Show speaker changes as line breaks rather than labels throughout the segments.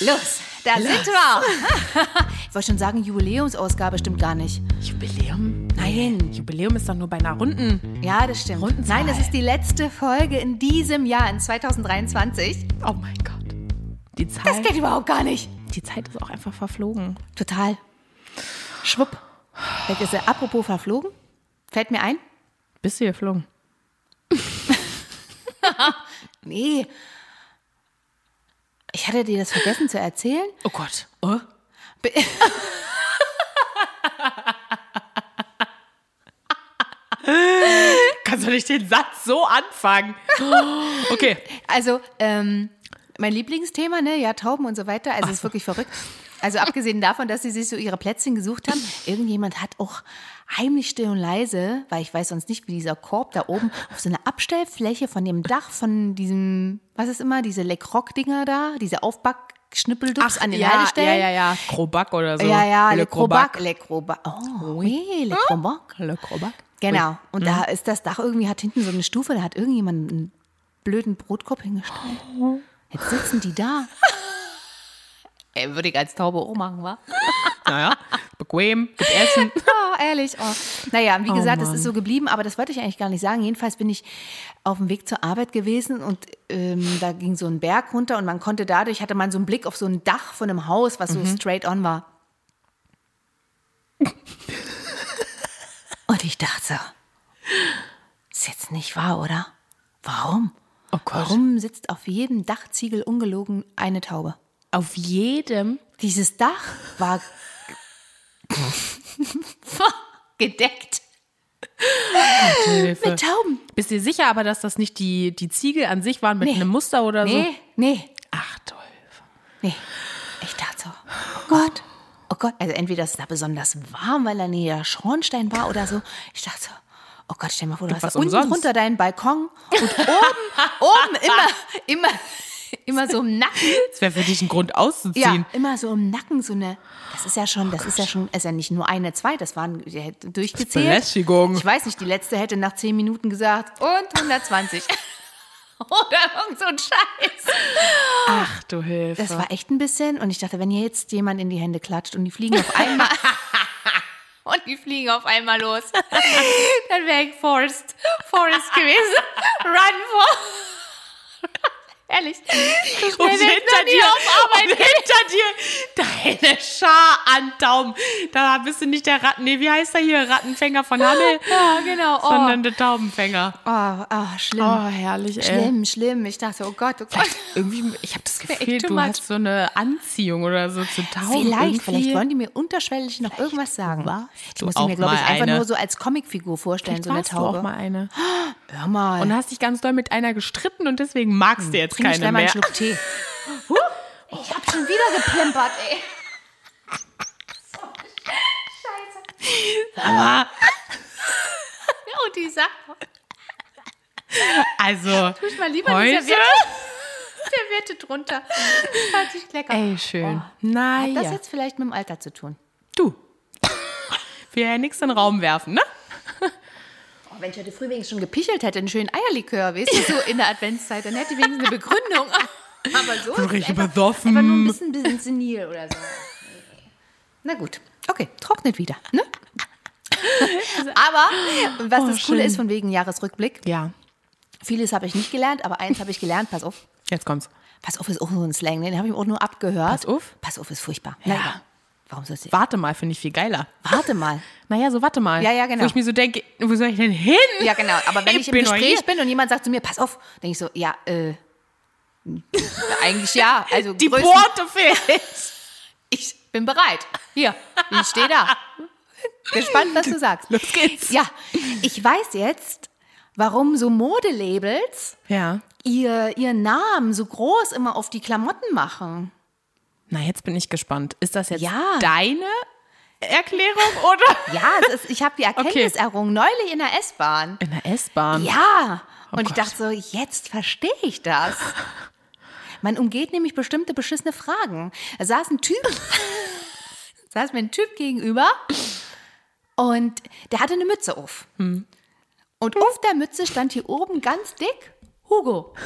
Los, da sind wir auch. ich wollte schon sagen, Jubiläumsausgabe stimmt gar nicht.
Jubiläum?
Nein.
Jubiläum ist doch nur bei einer runden.
Ja, das stimmt.
Rundenzahl.
Nein, das ist die letzte Folge in diesem Jahr, in 2023.
Oh mein Gott. Die
Das
Zeit,
geht überhaupt gar nicht.
die Zeit ist auch einfach verflogen.
Total. Schwupp. Vielleicht ist er apropos verflogen. Fällt mir ein?
Bist du geflogen?
Nee. Ich hatte dir das vergessen zu erzählen.
Oh Gott.
Be-
Kannst du nicht den Satz so anfangen? Okay.
Also, ähm, mein Lieblingsthema, ne? Ja, Tauben und so weiter. Also, es ist wirklich verrückt. Also, abgesehen davon, dass sie sich so ihre Plätzchen gesucht haben, irgendjemand hat auch heimlich still und leise, weil ich weiß sonst nicht, wie dieser Korb da oben auf so eine Abstellfläche von dem Dach von diesem, was ist immer, diese Le Croc-Dinger da, diese Aufback-Schnippeldups an den Haltestellen.
Ja, ja, ja. Krobak oder so.
Ja, ja, Le
Krobak.
Crobac. Le Crobac. Oh, oui, Le Crobac.
Le Krobak.
Genau. Und da ist das Dach irgendwie, hat hinten so eine Stufe, da hat irgendjemand einen blöden Brotkorb hingestellt. Jetzt sitzen die da. Ey, würde ich als Taube auch machen, wa?
Naja. Bequem. Gibt Essen.
Ja, ehrlich. Oh. Naja, wie
Oh,
gesagt, es
Mann.
ist so geblieben, aber das wollte ich eigentlich gar nicht sagen. Jedenfalls bin ich auf dem Weg zur Arbeit gewesen und ähm, da ging so ein Berg runter und man konnte dadurch, hatte man so einen Blick auf so ein Dach von einem Haus, was
Mhm.
so straight on war. und ich dachte so, ist jetzt nicht wahr, oder? Warum?
Oh Gott.
Warum sitzt auf jedem Dachziegel ungelogen eine Taube?
Auf jedem.
Dieses Dach war gedeckt
Hilfe.
Äh, mit Tauben.
Bist du dir sicher aber, dass das nicht die, die Ziegel an sich waren mit
Nee.
einem Muster oder so?
Nee, nee,
Ach, Teufel.
nee. Ich dachte so, oh Gott, oh Gott. Also entweder es war besonders warm, weil da näher Schornstein war oder so. Ich dachte so, oh Gott, stell mal vor, du hast
was
unten
umsonst.
drunter deinen Balkon und oben, oben immer, immer, immer so im Nacken.
Das wäre für dich ein Grund
Ja,
auszuziehen.
immer so im Nacken so eine. Das ist ja schon, das ist ja schon, ist ja nicht nur eine, zwei, das waren die hätten durchgezählt.
Belästigung.
Ich weiß nicht, die letzte hätte nach zehn Minuten gesagt und 120 oder irgend so ein Scheiß.
Ach, du Hilfe.
Das war echt ein bisschen und ich dachte, wenn hier jetzt jemand in die Hände klatscht und die fliegen auf einmal und die fliegen auf einmal los, dann wäre ich Forrest, Forrest gewesen. Run for. Ehrlich. So schnell wär's
und
noch
hinter
nie
dir,
auf Arbeit
und hinter dir deine Schar an Tauben. Da bist du nicht der Ratten, nee, wie heißt er hier? Rattenfänger von Hammel,
Ja, genau. Oh.
sondern der Taubenfänger.
Oh, oh, schlimm.
herrlich,
schlimm, schlimm. Ich dachte, oh Gott, oh Gott.
Irgendwie, ich habe das
echt
Gefühl,
too
du
much.
hast so eine Anziehung oder so zu Tauben.
Vielleicht, vielleicht
irgendwie.
wollen die mir unterschwellig noch irgendwas sagen.
warst
Ich
du
muss die
auch
mir, glaube ich,
mal
einfach
eine.
nur so als Comicfigur vorstellen,
Vielleicht
so eine Taube.
warst Du auch mal eine.
Hör mal.
Und hast dich ganz doll mit einer gestritten und deswegen magst du jetzt
Trink ich
keine
gleich mal einen
mehr.
Schluck Tee. Huh? Ich hab schon wieder geplimpert, ey.
Aber,
Ja, und die sagt,
also,
ich mal lieber
heute?
die Serviette, Serviette drunter. Das fand ich lecker.
Ey, schön. Na
Oh. Hat das
ja.
jetzt vielleicht mit dem Alter zu tun?
Du. Wir ja nichts in den Raum werfen, ne?
Oh, wenn ich heute früh wenigstens schon gepichelt hätte, einen schönen Eierlikör, weißt du, so in der Adventszeit, dann hätte ich wenigstens eine Begründung. Aber so ist es
richtig
einfach,
besoffen.
einfach nur ein bisschen, bisschen senil oder so. Na gut, okay, trocknet wieder, ne? Aber was
Oh,
das Coole
schön.
ist von wegen Jahresrückblick,
Ja.
vieles habe ich nicht gelernt, aber eins habe ich gelernt, pass auf.
Jetzt kommt's.
Pass auf ist auch so ein Slang, ne? den habe ich auch nur abgehört.
Pass auf?
Pass auf ist furchtbar. Na
Ja.
egal. Warum sollst du...
Warte mal, finde ich viel geiler.
Warte mal.
Naja, so warte mal.
Ja, ja, genau.
Wo ich mir so denke, wo soll ich denn hin?
Ja, genau. Aber wenn ich, im
bin doch
Gespräch
hier.
bin und jemand sagt zu mir, pass auf, denke ich so, ja, äh, eigentlich ja. Also
Die
größten-
Pforte fehlt.
ich bin bereit. Hier, ich stehe da. Gespannt, was du sagst.
Los geht's.
Ja, ich weiß jetzt, warum so Modelabels
Ja.
ihr, ihr Namen so groß immer auf die Klamotten machen.
Na, jetzt bin ich gespannt. Ist das jetzt
Ja.
deine Erklärung oder?
Ja, es ist, ich habe die Erkenntnis errungen, neulich in der S-Bahn.
In der S-Bahn.
Ja, und ich
Gott.
dachte so, jetzt verstehe ich das. Man umgeht nämlich bestimmte beschissene Fragen. Da saß ein Typ, saß mir ein Typ gegenüber und der hatte eine Mütze auf. Und auf der Mütze stand hier oben ganz dick Hugo.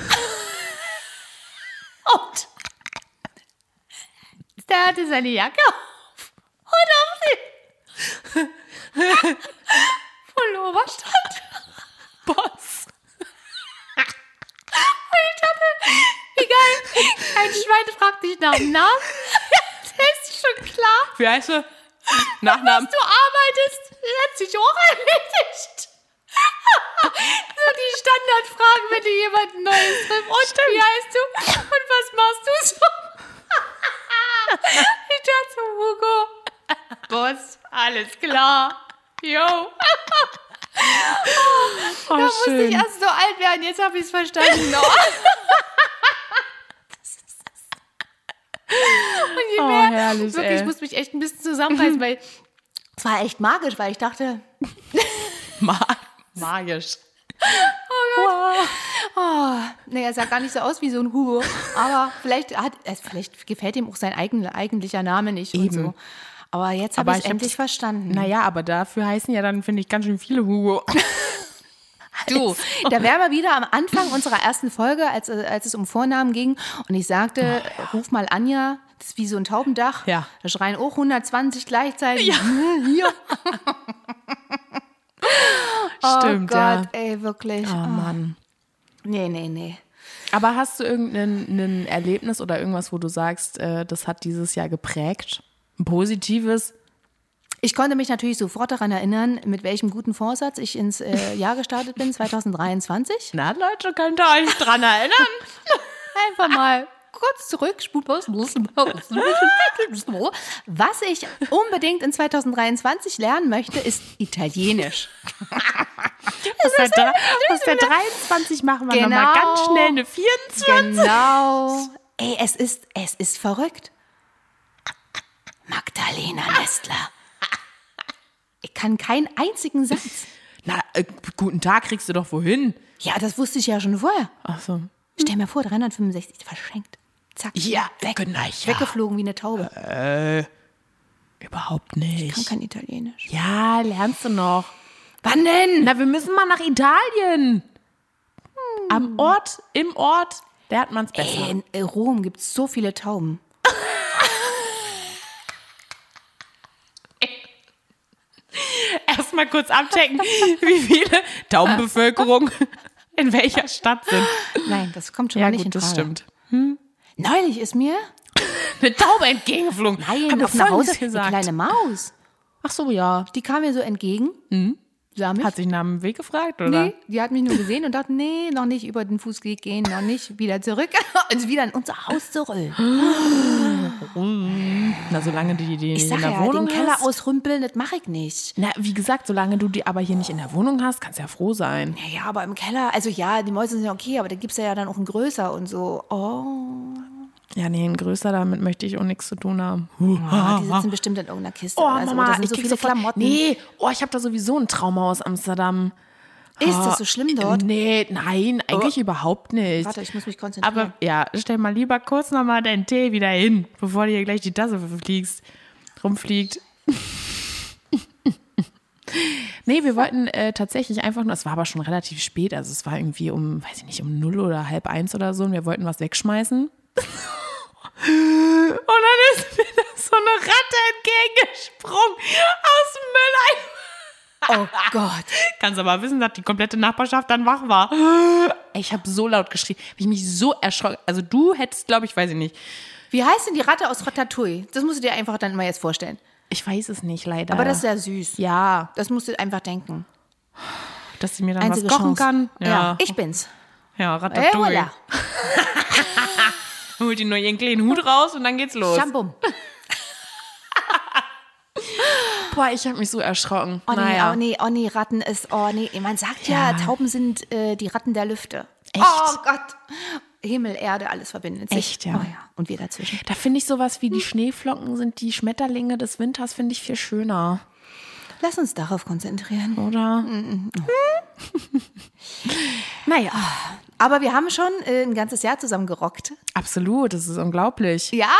Und er hatte seine Jacke auf und auf den Pullover stand Boss. Und ich dachte, egal, ein Schwein fragt dich nach dem Namen. Das ist schon klar.
Wie heißt du? Nachnamen.
Du arbeitest letztlich auch erledigt. so die Standardfragen, wenn du jemanden Neues triffst. Und wie heißt du? Und was machst du so? ich dachte so, Hugo. Boss, alles klar. Yo.
Oh,
Da
schön.
musste ich erst so alt werden, jetzt habe ich es verstanden. Oh. Und je
Oh,
mehr,
herrlich,
wirklich,
ey.
ich muss mich echt ein bisschen zusammenreißen, weil es war echt magisch, weil ich dachte,
Ma- Magisch.
oh, naja, es sah gar nicht so aus wie so ein Hugo, aber vielleicht, hat, es- vielleicht gefällt ihm auch sein eigen, eigentlicher Name nicht und
Eben.
so. Aber jetzt
Aber
habe ich
ich hab
endlich
das-
verstanden.
Naja, aber dafür heißen ja dann, finde ich, ganz schön viele Hugo.
Du, da wären wir wieder am Anfang unserer ersten Folge, als, äh, als es um Vornamen ging. Und ich sagte, ruf mal Anja, das ist wie so ein Taubendach.
Ja.
Da schreien auch 120 gleichzeitig. Ja. Hier.
Stimmt,
oh Gott,
ja.
ey, wirklich. Ah.
Oh Mann.
Nee, nee, nee.
Aber hast du irgendein ein Erlebnis oder irgendwas, wo du sagst, äh, das hat dieses Jahr geprägt? Ein positives?
Ich konnte mich natürlich sofort daran erinnern, mit welchem guten Vorsatz ich ins äh, Jahr gestartet bin, 2023.
Na, Leute, könnt ihr euch dran erinnern?
Einfach mal kurz zurück. Was ich unbedingt in 2023 lernen möchte, ist Italienisch.
Aus der, drei- aus der 23 machen wir
Genau.
nochmal ganz schnell eine 24.
Genau. Ey, es ist, es ist verrückt. Magdalena Nestler. Ich kann keinen einzigen Satz.
Na, äh, guten Tag kriegst du doch wohin.
Ja, das wusste ich ja schon vorher.
Ach so.
Stell mir vor, 365 verschenkt. Zack.
Ja,
weg.
Eckeneicher.
Weggeflogen wie eine Taube.
Überhaupt
Kann
nicht.
kein Italienisch.
Ja, lernst du noch.
Wann denn?
Na, wir müssen mal nach Italien. Am Ort, im Ort, da hat man es besser.
Ey, in äh, Rom gibt es so viele Tauben.
Erstmal kurz abchecken, wie viele Taubenbevölkerung in welcher Stadt sind.
Nein, das kommt schon mal nicht in Frage. Neulich ist mir
Eine Taube entgegengeflogen. Haben
Nein,
wir
auf nach
Folgendes
Hause eine kleine Maus.
Ach so, ja.
Die kam mir so entgegen. Sah mich.
Hat sich nach dem Weg gefragt, oder?
Nee, die hat mich nur gesehen und dachte, nee, noch nicht über den Fußweg gehen, noch nicht wieder zurück. Und ist wieder in unser Haus zurück.
Na, solange du die, die
Ich
in der
sag ja, den
Wohnung
Keller
hast.
ausrümpeln, das mache ich nicht.
Na, wie gesagt, solange du die aber hier nicht in der Wohnung hast, kannst du ja froh sein.
Ja, Ja, aber im Keller, also ja, die Mäuse sind ja okay, aber da gibt es ja dann auch einen größer und so. Oh,
Ja, nee, ein größer, damit möchte ich auch nichts zu tun haben.
Ah, die sitzen bestimmt in irgendeiner Kiste.
Oh,
oder so.
Mama,
Also, da sind
ich
so
krieg
viele
so voll-
Klamotten.
Nee, oh, ich habe da sowieso ein Trauma aus Amsterdam.
Ist das so schlimm dort?
Nee, nein, eigentlich überhaupt nicht.
Warte, ich muss mich konzentrieren.
Aber ja, stell mal lieber kurz nochmal deinen Tee wieder hin, bevor dir hier gleich die Tasse fliegst, rumfliegt. nee, wir wollten äh, tatsächlich einfach nur, es war aber schon relativ spät, also es war irgendwie um, weiß ich nicht, um null oder halb eins oder so und wir wollten was wegschmeißen. und dann ist mir da so eine Ratte entgegengesprungen aus dem Mülleimer.
oh Gott.
Kannst aber wissen, dass die komplette Nachbarschaft dann wach war. Ich habe so laut geschrien, hab ich mich so erschrocken. Also du hättest, glaube ich, weiß ich nicht.
Wie heißt denn die Ratte aus Ratatouille? Das musst du dir einfach dann mal jetzt vorstellen.
Ich weiß es nicht, leider.
Aber das ist ja süß.
ja,
Das musst du einfach denken.
dass sie mir dann
Einzige
was kochen
Chance.
kann.
Ja.
ja,
ich bin's.
ja
Hey,
Ratatouille.
voilà.
Holt die nur ihren kleinen Hut raus und dann geht's los.
Schambum.
Boah, ich habe mich so erschrocken.
Oh nee,
naja.
oh nee, oh nee, Ratten ist, oh nee. Man sagt ja, Tauben sind äh, die Ratten der Lüfte.
Echt?
Oh Gott. Himmel, Erde, alles verbindet sich.
Echt, ja.
Oh ja. Und wir dazwischen.
Da finde ich sowas wie die Schneeflocken sind die Schmetterlinge des Winters, finde ich viel schöner,
Lass uns darauf konzentrieren.
oder?
Mhm.
naja,
Aber wir haben schon äh, ein ganzes Jahr zusammen gerockt.
absolut, das ist unglaublich.
Ja.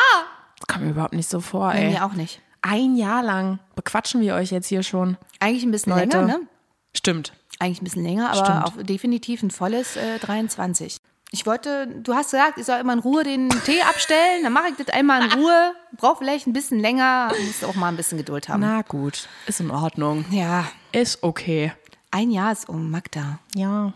Das kommt mir überhaupt nicht so vor,
Bei
ey.
mir auch nicht.
Ein Jahr lang bequatschen wir euch jetzt hier schon.
Eigentlich ein bisschen
Leute.
länger, ne?
Stimmt.
Eigentlich ein bisschen länger, aber auch definitiv ein volles äh, 23. Ich wollte, du hast gesagt, ich soll immer in Ruhe den Tee abstellen, dann mache ich das einmal in Ruhe. Braucht vielleicht ein bisschen länger, muss auch mal ein bisschen Geduld haben.
Na gut, ist in Ordnung.
Ja,
Ist okay.
ein Jahr ist um, Magda.
Ja.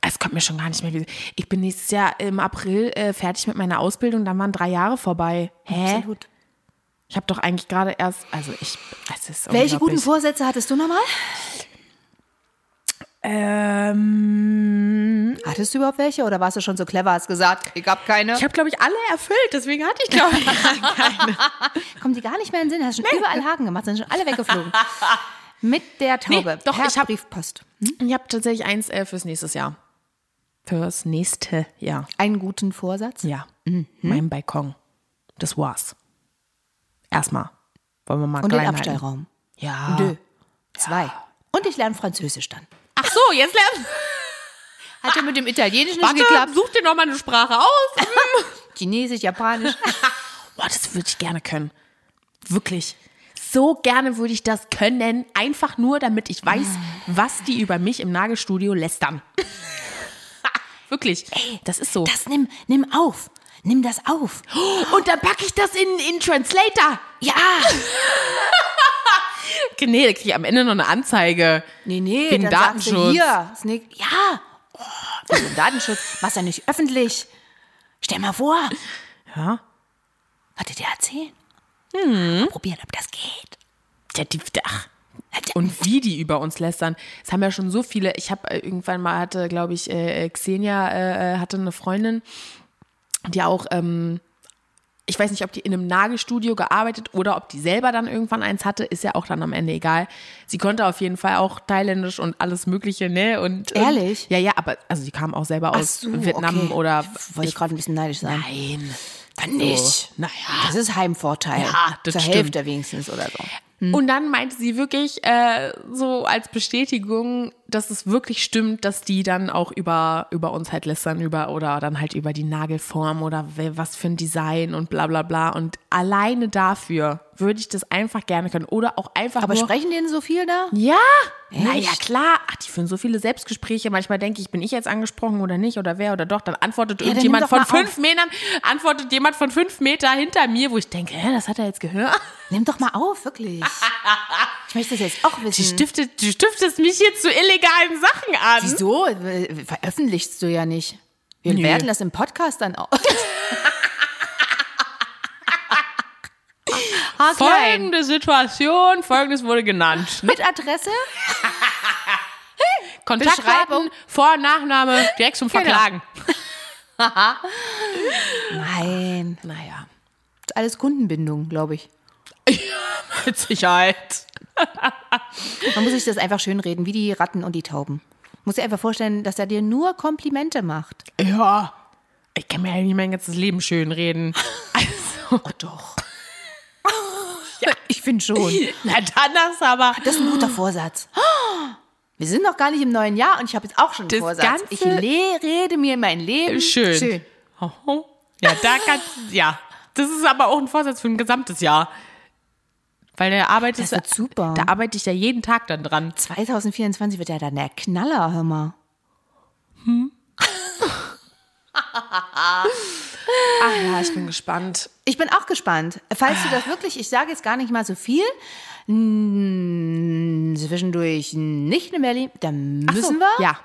Es kommt mir schon gar nicht mehr wieder. Ich bin nächstes Jahr im April äh, fertig mit meiner Ausbildung, dann waren drei Jahre vorbei. Hä?
Absolut.
Ich habe doch eigentlich gerade erst, also ich, es ist
Welche guten
unglaublich.
Vorsätze hattest du nochmal?
Ähm,
Hattest du überhaupt welche oder warst du schon so clever, hast gesagt, ich hab keine?
ich habe, glaube ich, alle erfüllt, deswegen hatte ich, glaube ich, keine.
Kommen die gar nicht mehr in den Sinn, hast schon überall Haken gemacht, sind schon alle weggeflogen. Mit der Taube.
Nee, doch,
per
ich hab-
Briefpost.
Ich habe tatsächlich eins äh, fürs nächstes Jahr. Fürs nächste Jahr. Mhm.
Einen guten Vorsatz.
Ja. Mein Balkon. Das war's. Erstmal. Wollen wir mal
Und den
klein halten.
Abstellraum.
Ja.
Nö. Zwei. Und ich lerne Französisch dann.
Ach so, jetzt lernen.
Hat ja mit dem Italienischen nicht
Warte,
geklappt.
such dir nochmal eine Sprache aus. Mhm.
Chinesisch, Japanisch.
Boah, das würde ich gerne können. Wirklich. So gerne würde ich das können. Einfach nur, damit ich weiß, was die über mich im Nagelstudio lästern. Wirklich. das ist so.
Das nimm, nimm auf. Nimm das auf.
Und dann packe ich das in, in Translator.
Ja.
Nee, da kriege ich am Ende noch eine Anzeige.
Nee, nee,
Wegen
dann sagen sie
Datenschutz.
hier. Ist nicht- Ja. Oh, wegen Datenschutz. Mach's ja nicht öffentlich. Stell mal vor.
Ja.
Warte, dir erzählen. Mal probieren, ob das geht.
Der, die, ach, und wie die über uns lästern. Es haben ja schon so viele. Ich habe äh, irgendwann mal hatte, glaube ich, äh, Xenia äh, äh, hatte eine Freundin, die auch, ähm, ich weiß nicht, ob die in einem Nagelstudio gearbeitet oder ob die selber dann irgendwann eins hatte, ist ja auch dann am Ende egal. Sie konnte auf jeden Fall auch Thailändisch und alles Mögliche, ne? Und und-
Ehrlich?
ja, ja, aber also die kam auch selber aus Vietnam
okay.
oder
Ich wollte gerade ein bisschen neidisch sein.
Nein.
Nein, nicht.
Naja.
Das ist Heimvorteil.
Ja, das
Zur
stimmt.
Hälfte wenigstens oder so.
Und dann meinte sie wirklich äh, so als Bestätigung, dass es wirklich stimmt, dass die dann auch über, über uns halt lästern, über oder dann halt über die Nagelform oder we- was für ein Design und bla bla bla. Und alleine dafür würde ich das einfach gerne können. Oder auch einfach.
Aber
nur,
sprechen denen so viel da?
ja, naja,
Echt?
klar. Ach, die führen so viele Selbstgespräche. Manchmal denke ich, bin ich jetzt angesprochen oder nicht oder wer oder doch. Dann antwortet
dann nimm
irgendjemand
doch
von
mal auf.
fünf Metern, antwortet jemand von fünf Meter hinter mir, wo ich denke, hä, das hat er jetzt gehört.
Nimm doch mal auf, wirklich. Ich möchte das jetzt auch
Du,
wissen.
stiftet, du stiftest mich hier zu illegalen Sachen an.
Wieso? Äh, Veröffentlichst du ja nicht. Wir
Nö.
werden das im Podcast dann auch. Haarklein.
Folgende Situation, folgendes wurde genannt.
Mit Adresse?
Kontaktdaten,
Beschreibung.
Vor- und Nachname, direkt zum
Genau.
Verklagen.
Nein.
Naja,
Das ist alles Kundenbindung, glaube ich.
mit Sicherheit.
Man muss sich das einfach schönreden, wie die Ratten und die Tauben. Muss dir einfach vorstellen, dass er dir nur Komplimente macht.
Ja, ich kann mir ja nicht mein ganzes Leben schön reden. Also,
Oh doch. ja, ich finde schon.
na dann das aber.
Das ist ein guter Vorsatz. Wir sind noch gar nicht im neuen Jahr und ich habe jetzt auch schon einen
Das
Vorsatz.
Ganze-
ich le rede mir mein Leben
Schön.
schön.
Hoho. Ja, da kann, ja. Das ist aber auch ein Vorsatz für ein gesamtes Jahr. Weil der Arbeit
Das
ist,
wird super.
da arbeite ich ja jeden Tag dann dran.
2024 wird ja dann der Knaller, hör mal.
Hm? Ach ja, ich bin gespannt.
Ich bin auch gespannt. Falls du das wirklich, ich sage jetzt gar nicht mal so viel, n- zwischendurch nicht in Berlin, dann müssen wir.
Ja,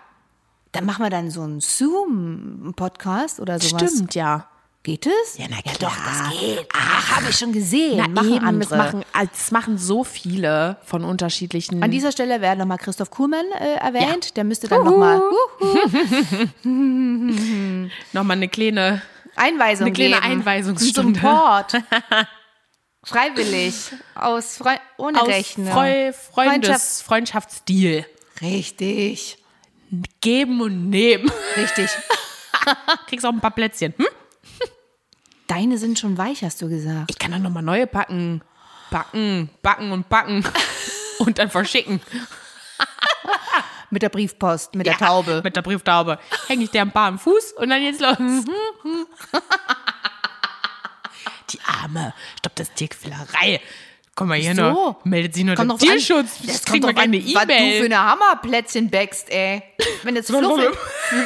Dann machen wir dann so einen Zoom-Podcast oder sowas.
stimmt, ja.
Geht es?
Ja, na
doch,
klar.
das geht. Ach, habe ich schon gesehen.
Na,
machen
eben,
andere.
Das machen, ah, das machen so viele von unterschiedlichen.
An dieser Stelle werden nochmal Christoph Kuhlmann äh, erwähnt. Der müsste dann nochmal
Nochmal eine kleine.
Einweisung
Eine kleine
geben.
Einweisungsstunde.
Support. Freiwillig. Aus Freu ohne Rechnung.
Freu Freundes
Freundschaft.
Freundschaftsdeal.
Richtig.
Geben und nehmen.
Richtig.
Kriegst auch ein paar Plätzchen. Hm?
Deine sind schon weich, hast du gesagt.
Ich kann doch nochmal neue packen. Backen, backen und backen. Und dann verschicken.
Mit der Briefpost, mit der
Ja,
Taube.
Mit der Brieftaube. Hänge ich dir ein paar am Fuß und dann jetzt los.
Mhm.
Die Arme. Stopp das Tierquälerei. Komm mal hier
So.
noch. Meldet sie nur
Kommt
der
drauf an.
Tierschutz.
Das
Jetzt
kommt
kriegen wir
drauf an,
eine
was du für
E-Mail.
eine Hammerplätzchen backst, ey. Wenn jetzt fluffig,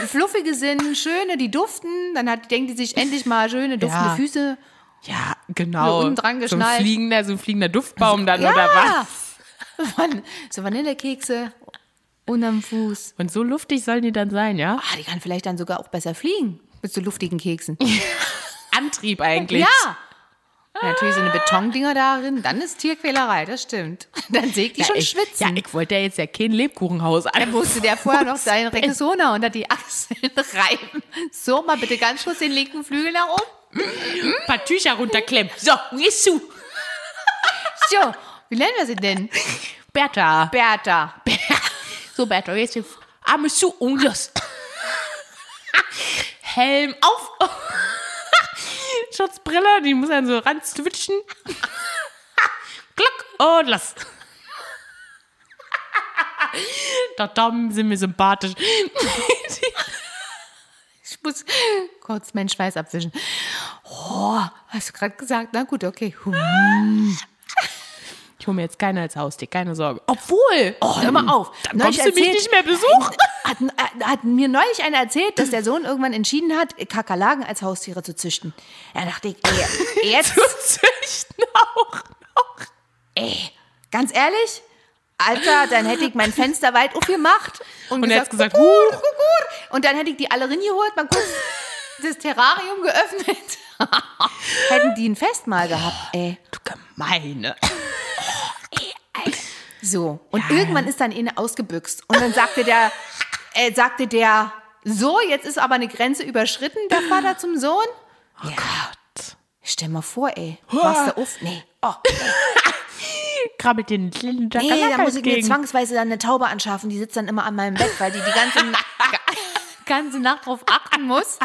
fluffige sind, schöne, die duften, dann hat, denken die sich endlich mal schöne, duftende
Ja.
Füße.
Ja, genau.
Nur unten dran
So ein
geschnallt.
fliegender, so ein fliegender Duftbaum dann
Ja.
oder was?
Van so Vanillekekse unterm Fuß.
Und so luftig sollen die dann sein, ja?
Ah, die kann vielleicht dann sogar auch besser fliegen. Mit so luftigen Keksen.
Antrieb eigentlich.
Ja. Natürlich so eine Betondinger darin, dann ist Tierquälerei, das stimmt. Dann sägt die schon
ich,
schwitzen.
Ja, ich wollte ja jetzt ja kein Lebkuchenhaus an.
musste der vorher noch seinen Rexona unter die Achseln reiben. So, mal bitte ganz kurz den linken Flügel nach oben.
ein paar Tücher runterklemmen. So, gehst du.
So, wie nennen wir sie denn?
Bertha.
Bertha.
So, Bertha, jetzt Ah, die Arme zu und los. Helm auf. Schutzbrille, die muss dann so ranzwitschen. Glück und los. Da Tom sind wir sympathisch.
Ich muss kurz meinen Schweiß abwischen. Oh, hast du gerade gesagt? Na gut, okay. Hm.
Ich hole mir jetzt keiner als Haustier, keine Sorge. Obwohl,
Oh, hör mal auf.
dann kommst du mich nicht mehr besuchen.
Hat, hat, hat mir neulich einer erzählt, dass der Sohn irgendwann entschieden hat, Kakerlaken als Haustiere zu züchten. Da dachte ich, ey, jetzt,
Züchten auch.
ey, ganz ehrlich, Alter, dann hätte ich mein Fenster weit aufgemacht und,
Und er hat gesagt,
"Kuckuck,
huch."
Kuckuck. Und dann hätte ich die alle reingeholt, mal kurz das Terrarium geöffnet. Hätten die ein Festmahl gehabt, ey.
Du gemeine.
So, und irgendwann ist dann eine ausgebüxt. Und dann sagte der, äh, sagte der, so, jetzt ist aber eine Grenze überschritten, der Vater zum Sohn.
Oh Gott.
Stell mal vor, ey. Machst du auf? Nee. Oh,
Krabbelt den kleinen
nee, da muss ich mir
entgegen.
zwangsweise dann eine Taube anschaffen. Die sitzt dann immer an meinem Bett, weil die die ganze, Na ganze Nacht drauf achten muss.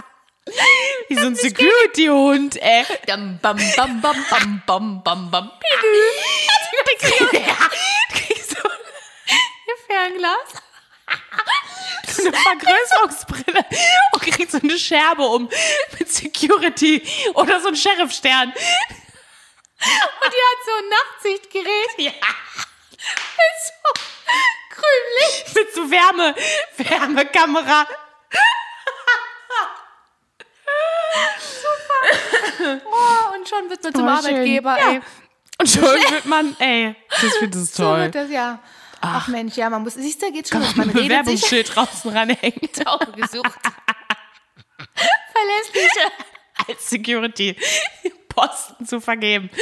Wie so ein Security-Hund, ey.
Dam, bam, bam, bam, bam, bam, bam, bam.
Kriegst du
Fernglas.
eine Vergrößerungsbrille und kriegst so eine Scherbe um mit Security oder so ein Sheriff-Stern.
Und die hat so ein Nachtsichtgerät. Ja. Ist so grünlich.
Mit so Wärme, Wärmekamera.
Oh, und schon wird man zum
Oh, schön.
Arbeitgeber,
Ja.
ey.
Und schon wird man, ey, das finde ich
So
toll.
wird das ja. Ach, Mensch, ja, man muss, siehst du, geht schon, los. man redet sich
Bewerbungsschild draußen ranhängt
Taube gesucht. Verlässliche.
als Security. Posten zu vergeben.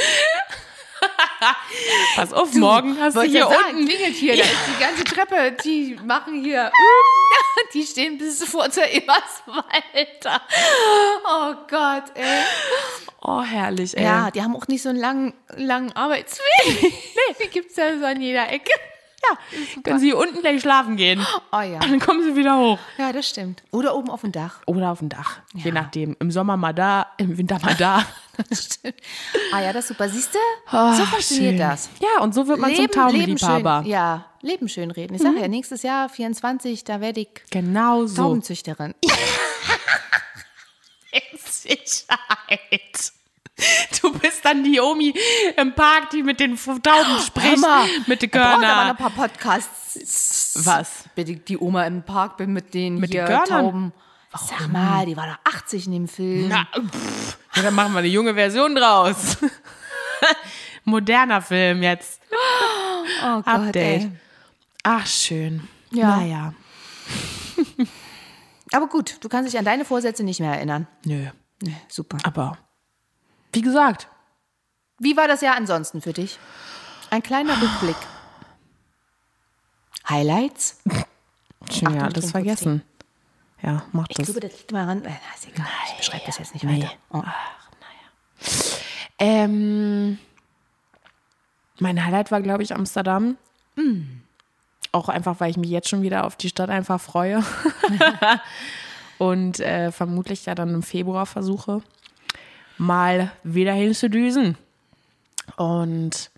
Pass auf, morgen hast du
Wollte
hier
ja sagen,
unten
klingelt hier, da ist die ganze Treppe, die machen hier, uh, die stehen bis vor zur Eberswalder. Oh Gott, ey.
Oh, herrlich, ey.
Ja, die haben auch nicht so einen langen, langen Arbeitsweg. Die gibt's ja so an jeder Ecke.
Ja, können sie hier unten gleich schlafen gehen.
Oh ja,
Dann kommen sie wieder hoch.
ja, das stimmt. Oder oben auf dem Dach.
Oder auf dem Dach. Je nachdem. Im Sommer mal da, im Winter mal da.
Das stimmt. Ah ja, das ist super. Siehst du?
Oh,
so funktioniert
schön.
das.
Ja, und so wird man zum Taubenliebhaber.
schön, ja, Leben schön reden. Ich sage ja, nächstes Jahr 24, da werde ich
Genau so.
Taubenzüchterin.
In Sicherheit. Du bist dann die Omi im Park, die mit den F- Tauben spricht. Mit den
Braucht aber noch ein
Körnern.
paar Podcasts.
Was?
Bitte die Oma im Park bin mit den
Mit
hier
den Körnern?
Tauben. Sag mal, die war doch 80 in dem Film.
Na, pff. Hm. Ja, dann machen wir eine junge Version draus. Moderner Film jetzt.
oh Gott,
Update.
ey.
Ach, schön.
Ja.
Naja.
Aber gut, du kannst dich an deine Vorsätze nicht mehr erinnern.
Nö.
Nee, Super.
Aber wie gesagt,
Wie war das Jahr ansonsten für dich? Ein kleiner Rückblick. Highlights?
schon
Achtung,
ja, das
Trink,
vergessen. Ja, macht
Ich
das.
glaube, das liegt mal ran. Äh, na, ist egal. Ich beschreibe das jetzt nicht
nee.
weiter. Oh.
Ähm, mein Highlight war, glaube ich, Amsterdam.
Mm.
Auch einfach, weil ich mich jetzt schon wieder auf die Stadt einfach freue. Und äh, vermutlich ja dann im Februar versuche, mal wieder hinzudüsen. Und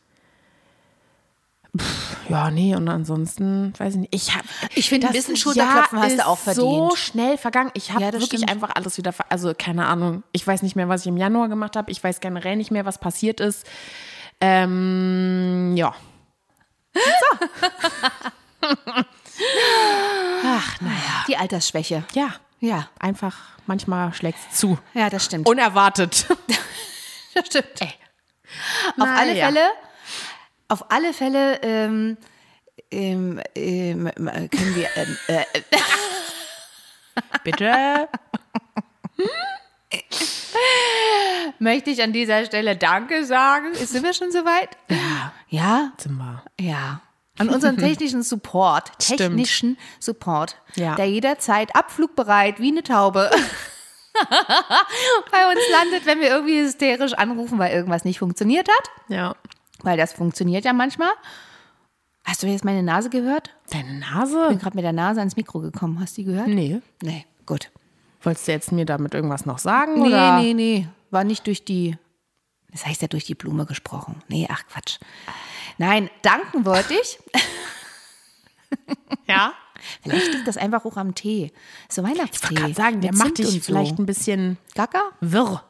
pff, ja, nee, und ansonsten, weiß ich nicht. Ich, hab,
Ich finde, ein
das
bisschen
Jahr
Schulterklopfen hast
ist
du auch
so
verdient.
schnell vergangen. Ich habe
Ja, das
wirklich
stimmt.
einfach alles wieder, ver also keine Ahnung. Ich weiß nicht mehr, was ich im Januar gemacht habe. Ich weiß generell nicht mehr, was passiert ist. Ähm, ja. Ach, naja.
Die Altersschwäche.
Ja,
Ja,
einfach manchmal schlägt es zu.
ja, das stimmt.
Unerwartet.
das stimmt. Ey. Auf
Na
alle
ja.
Fälle, auf alle Fälle ähm, ähm, ähm, äh, können wir ähm, äh,
Bitte.
Möchte ich an dieser Stelle Danke sagen? Ist- Sind wir schon soweit? Ja. Ja?
Zimmer.
Ja. An unseren technischen Support.
Stimmt.
Technischen Support.
Ja.
Der jederzeit abflugbereit wie eine Taube bei uns landet, wenn wir irgendwie hysterisch anrufen, weil irgendwas nicht funktioniert hat.
Ja.
Weil das funktioniert ja manchmal. Hast du jetzt meine Nase gehört?
Deine
Ich
Nase?
bin gerade mit der Nase ans Mikro gekommen. Hast du die gehört?
Nee.
Nee, gut.
Wolltest du jetzt mir damit irgendwas noch sagen?
Nee,
oder?
nee, nee. War nicht durch die. Das heißt ja durch die Blume gesprochen. Nee, ach Quatsch. Nein, danken wollte ich.
Ja?
Vielleicht liegt das einfach auch am Tee. So Weihnachtstee.
Ich kann sagen, der
Mit
macht
Zimt
dich
und
vielleicht
So.
ein bisschen
Gacker?
wirr.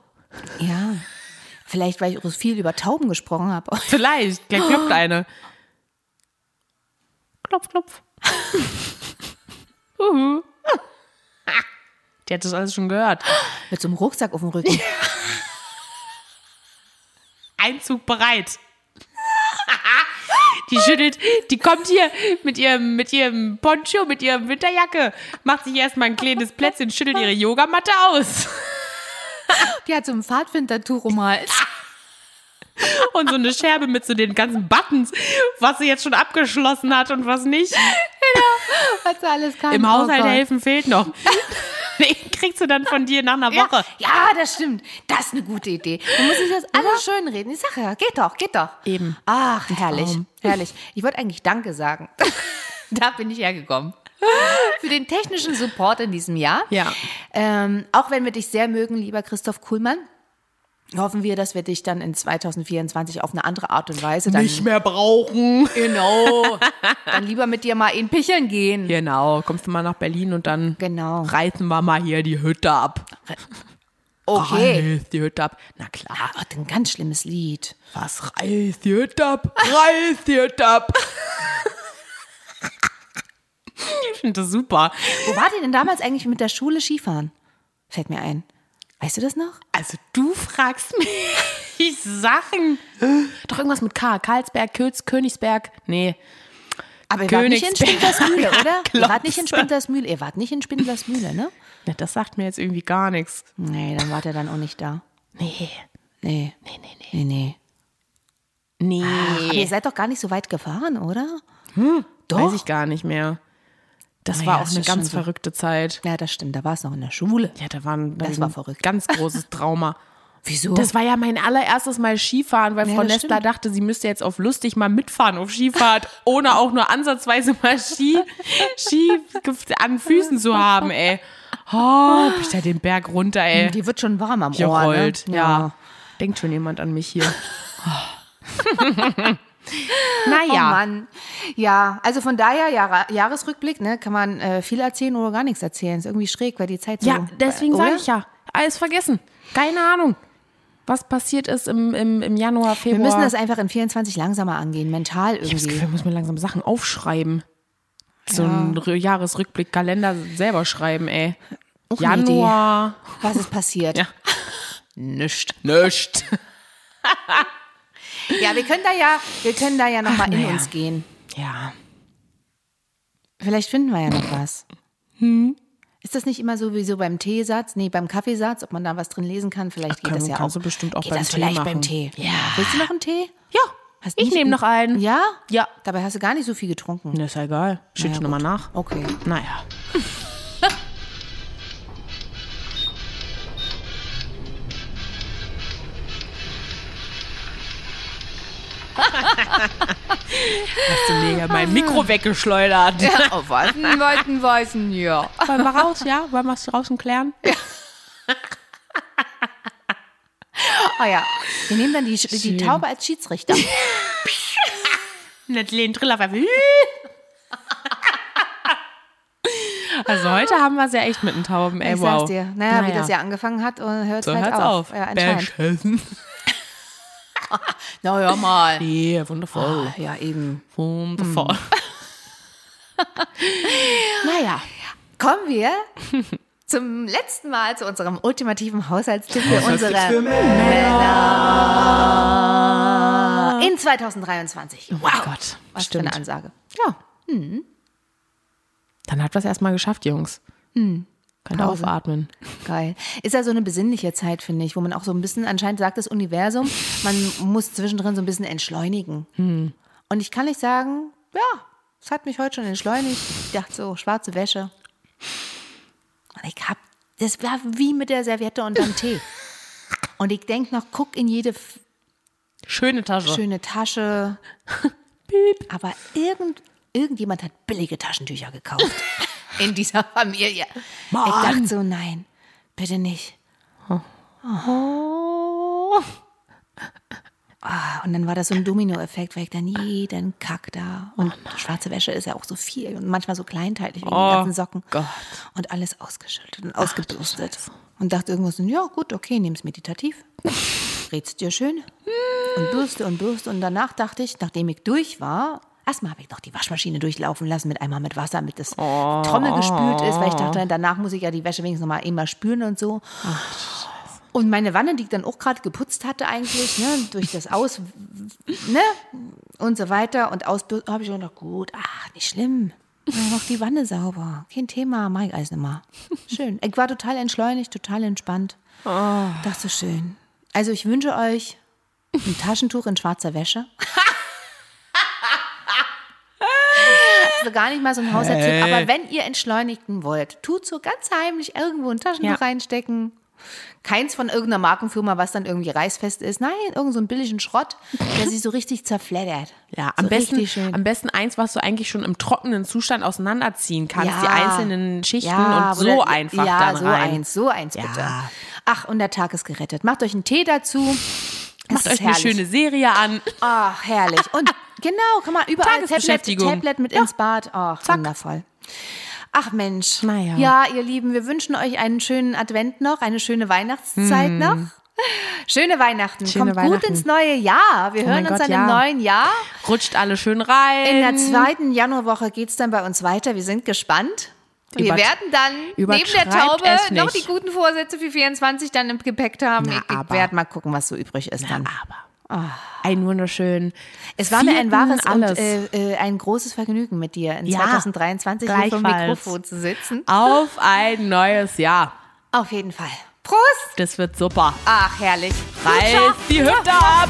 Ja. Vielleicht, weil ich auch viel über Tauben gesprochen habe.
Vielleicht. Gleich klopft eine. Klopf, klopf. Uhu. Die hat das alles schon gehört.
Mit so einem Rucksack auf dem Rücken.
Einzug bereit. Die schüttelt, die kommt hier mit ihrem, mit ihrem Poncho, mit ihrem Winterjacke, macht sich erstmal ein kleines Plätzchen, schüttelt ihre Yogamatte aus
Die hat so ein Pfadfinder-Tuch um den Hals.
und so eine Scherbe mit so den ganzen Buttons, was sie jetzt schon abgeschlossen hat und was nicht.
Was da alles kann.
Im
Oh
Haushalt
Gott.
helfen fehlt noch. Nee, kriegst du dann von dir nach einer
Ja,
Woche.
ja, das stimmt. Das ist eine gute Idee. Man muss sich das alles schön reden. Ich sage ja, geht doch, geht doch.
Eben.
Ach, herrlich,
Traum.
herrlich. Ich wollte eigentlich Danke sagen. da bin ich hergekommen. Für den technischen Support in diesem Jahr.
Ja.
Ähm, auch wenn wir dich sehr mögen, lieber Christoph Kuhlmann, hoffen wir, dass wir dich dann in 2024 auf eine andere Art und Weise dann,
mehr brauchen. Genau.
dann lieber mit dir mal in Picheln gehen.
Genau, kommst du mal nach Berlin und dann
Genau.
reißen wir mal hier die Hütte ab.
Okay.
Reiß die Hütte ab. Na klar.
Gott, ein ganz schlimmes Lied.
Was? Reiß die Hütte ab. Reiß die Hütte ab. ich finde das super.
Wo wart ihr denn damals eigentlich mit der Schule Skifahren? Fällt mir ein. Weißt du das noch?
Also du fragst mich Sachen. Doch irgendwas mit K. Karlsberg, Kötz, Königsberg. Nee.
Aber ihr wart nicht in
Königsberg.
Spindlersmühle, oder? Ihr wart
Klotze.
nicht in Spindlersmühle. Ihr wart nicht in Spindlersmühle, ne?
Na, Das sagt mir jetzt irgendwie gar nichts.
Nee, dann wart ihr dann auch nicht da.
Nee.
Nee. Nee, nee, nee. nee, nee.
Nee.
Aber ihr seid doch gar nicht so weit gefahren, oder? doch.
Weiß ich gar nicht mehr. Das
Naja,
war auch
es
eine
ist schon
ganz
so.
verrückte Zeit.
Ja, das stimmt. Da war es noch in der Schule.
Ja, da waren da
Das
hab
war
ich ein
verrückt.
ganz großes Trauma.
Wieso?
Das war ja mein allererstes Mal Skifahren, weil
Ja,
Frau
das
Nestler
stimmt.
dachte, sie müsste jetzt auf lustig mal mitfahren auf Skifahrt, ohne auch nur ansatzweise mal Ski, Ski gef- an Füßen zu haben, ey. Oh, bin ich da den Berg runter, ey.
die wird schon warm am Ohr, ne?
Gerollt, ja. Denkt schon jemand an mich hier.
Oh
naja.
Mann. Ja, also von daher, Jahre, Jahresrückblick, ne, kann man äh, viel erzählen oder gar nichts erzählen. Ist irgendwie schräg, weil die Zeit so...
ja, deswegen
Oder?
sage ich ja. Alles vergessen. Keine Ahnung, was passiert ist im, im, im Januar,
Wir
Februar.
müssen das einfach in 24 langsamer angehen, mental
Ich habe das
irgendwie.
Gefühl, ich muss mir langsam Sachen aufschreiben. So einen Rü- Jahresrückblick-Kalender selber schreiben, ey.
Auch eine Idee.
Januar.
Was ist passiert?
Ja. Nischt. Nischt.
Ja, wir können da ja, wir können da ja nochmal in
naja.
uns gehen.
Ja.
Vielleicht finden wir ja noch was. Hm? Ist das nicht immer so wie so beim Teesatz? Nee, beim Kaffeesatz, ob man da was drin lesen kann? Vielleicht geht
kann-
das ja auch.
kannst du bestimmt auch
geht
beim
das
Tee
vielleicht
machen.
beim Tee.
Ja.
Willst du noch einen Tee?
Ja.
Hast
ich
nicht-
nehme noch einen.
Ja?
Ja.
Dabei hast du gar nicht so viel getrunken.
Ne, ist ja Oh. egal. Schütt
Naja,
noch nochmal
gut.
nach.
Okay.
Naja. Hast du mega mein Mikro weggeschleudert.
Oh, weißen, weißen, weißen, ja.
Wollen wir raus, ja? Wollen wir es draußen klären?
Oh ja. Wir nehmen dann die, die Taube als Schiedsrichter.
Nicht lehnen, Trillerpfeife. Also heute haben wir es ja echt mit den Tauben, ey,
ich
wow.
sag's dir. Naja, wie das ja angefangen hat, und hört
so
halt
hört's
auf.
auf.
Ja, anscheinend.
Bärschissen.
Na, hör mal. Ah.
Yeah, wundervoll.
Ja, eben.
Wundervoll. naja.
Kommen wir zum letzten Mal zu unserem ultimativen Haushaltstipp für
Haushaltstipp für
unsere Männer in 2023. Wow,
Wow. Oh Gott,
was für
stimmt.
eine Ansage.
Ja. Dann hat wir es erstmal geschafft, Jungs. Könnt
Hm. Pause.
aufatmen.
Geil. Ist ja so eine besinnliche Zeit, finde ich, wo man auch so ein bisschen, anscheinend sagt das Universum, man muss zwischendrin so ein bisschen entschleunigen. Und ich kann nicht sagen, ja, es hat mich heute schon entschleunigt. Ich dachte so, schwarze Wäsche. Und ich hab, das war wie mit der Serviette unterm Tee. Und ich denke noch, guck in jede f-
Schöne Tasche.
schöne Tasche. Aber irgend, irgendjemand hat billige Taschentücher gekauft in dieser Familie. Ich dachte so, nein, bitte nicht. Oh. Ah, und dann war das so ein Domino-Effekt, weil ich dann jeden Kack da und schwarze Wäsche ist ja auch so viel und manchmal so kleinteilig wegen
Oh
den ganzen Socken
Gott.
und alles ausgeschüttet und ausgebürstet und dachte irgendwas, so, ja gut, okay, nimm's meditativ, red's dir schön und bürste und bürste. Und danach dachte ich, nachdem ich durch war, erstmal habe ich noch die Waschmaschine durchlaufen lassen mit einmal mit Wasser, damit das
Oh.
Trommel gespült ist, weil ich dachte, danach muss ich ja die Wäsche wenigstens nochmal immer spülen und so. und meine Wanne, die ich dann auch gerade geputzt hatte eigentlich, ne, durch das Aus, ne, und so weiter und ausbürsten, habe ich gedacht, gut, ach, nicht schlimm. Mach noch die Wanne sauber. Kein Thema, mach ich alles nochmal. Schön. Ich war total entschleunigt, total entspannt. Dachte so schön. Also ich wünsche euch ein Taschentuch in schwarzer Wäsche. Also gar nicht mal so ein Haushaltstipp,
Hey.
aber wenn ihr entschleunigen wollt, tut so ganz heimlich irgendwo ein Taschentuch
Ja.
reinstecken. Keins von irgendeiner Markenfirma, was dann irgendwie reißfest ist. Nein, irgend so einen billigen Schrott, der sich so richtig zerfleddert.
Ja, am,
so
besten,
richtig schön.
am besten eins, was du eigentlich schon im trockenen Zustand auseinanderziehen kannst,
Ja.
die einzelnen Schichten
Ja,
und
oder-
so einfach
ja,
dann
so
rein.
eins, so eins
Ja.
bitte. Ach, und der Tag ist gerettet. Macht euch einen Tee dazu.
Macht euch eine schöne Serie an.
Ach, Ah, herrlich. Und genau, kann man überall Tablet,
Tagesbeschäftigung.
Tablet mit ins Bad. Ach, wundervoll. Ach Mensch.
Na ja.
ja, ihr Lieben, wir wünschen euch einen schönen Advent noch, eine schöne Weihnachtszeit noch. Schöne Weihnachten.
Hm. Schöne
Kommt
Weihnachten. Oh
gut ins neue Jahr. Wir hören
mein
uns
Gott,
dann im
ja.
neuen Jahr.
Rutscht alle schön rein.
In der zweiten Januarwoche geht es dann bei uns weiter. Wir sind gespannt. Wir
Übert-
werden dann neben der
übertreibt
Taube
es nicht.
noch die guten Vorsätze für 24 dann im Gepäck haben.
Na,
ich
aber.
werde mal gucken, was so übrig ist dann.
aber einen wunderschönen.
Ah. Es war mir ein
vierten
wahres
alles.
und äh, äh, ein großes Vergnügen, mit dir in
Ja,
2023 hier vor dem
gleichfalls.
Mikrofon zu sitzen.
Auf ein neues Jahr.
Auf jeden Fall. Prost!
Das wird super.
Ach, herrlich.
Reiß die Hüfte ab.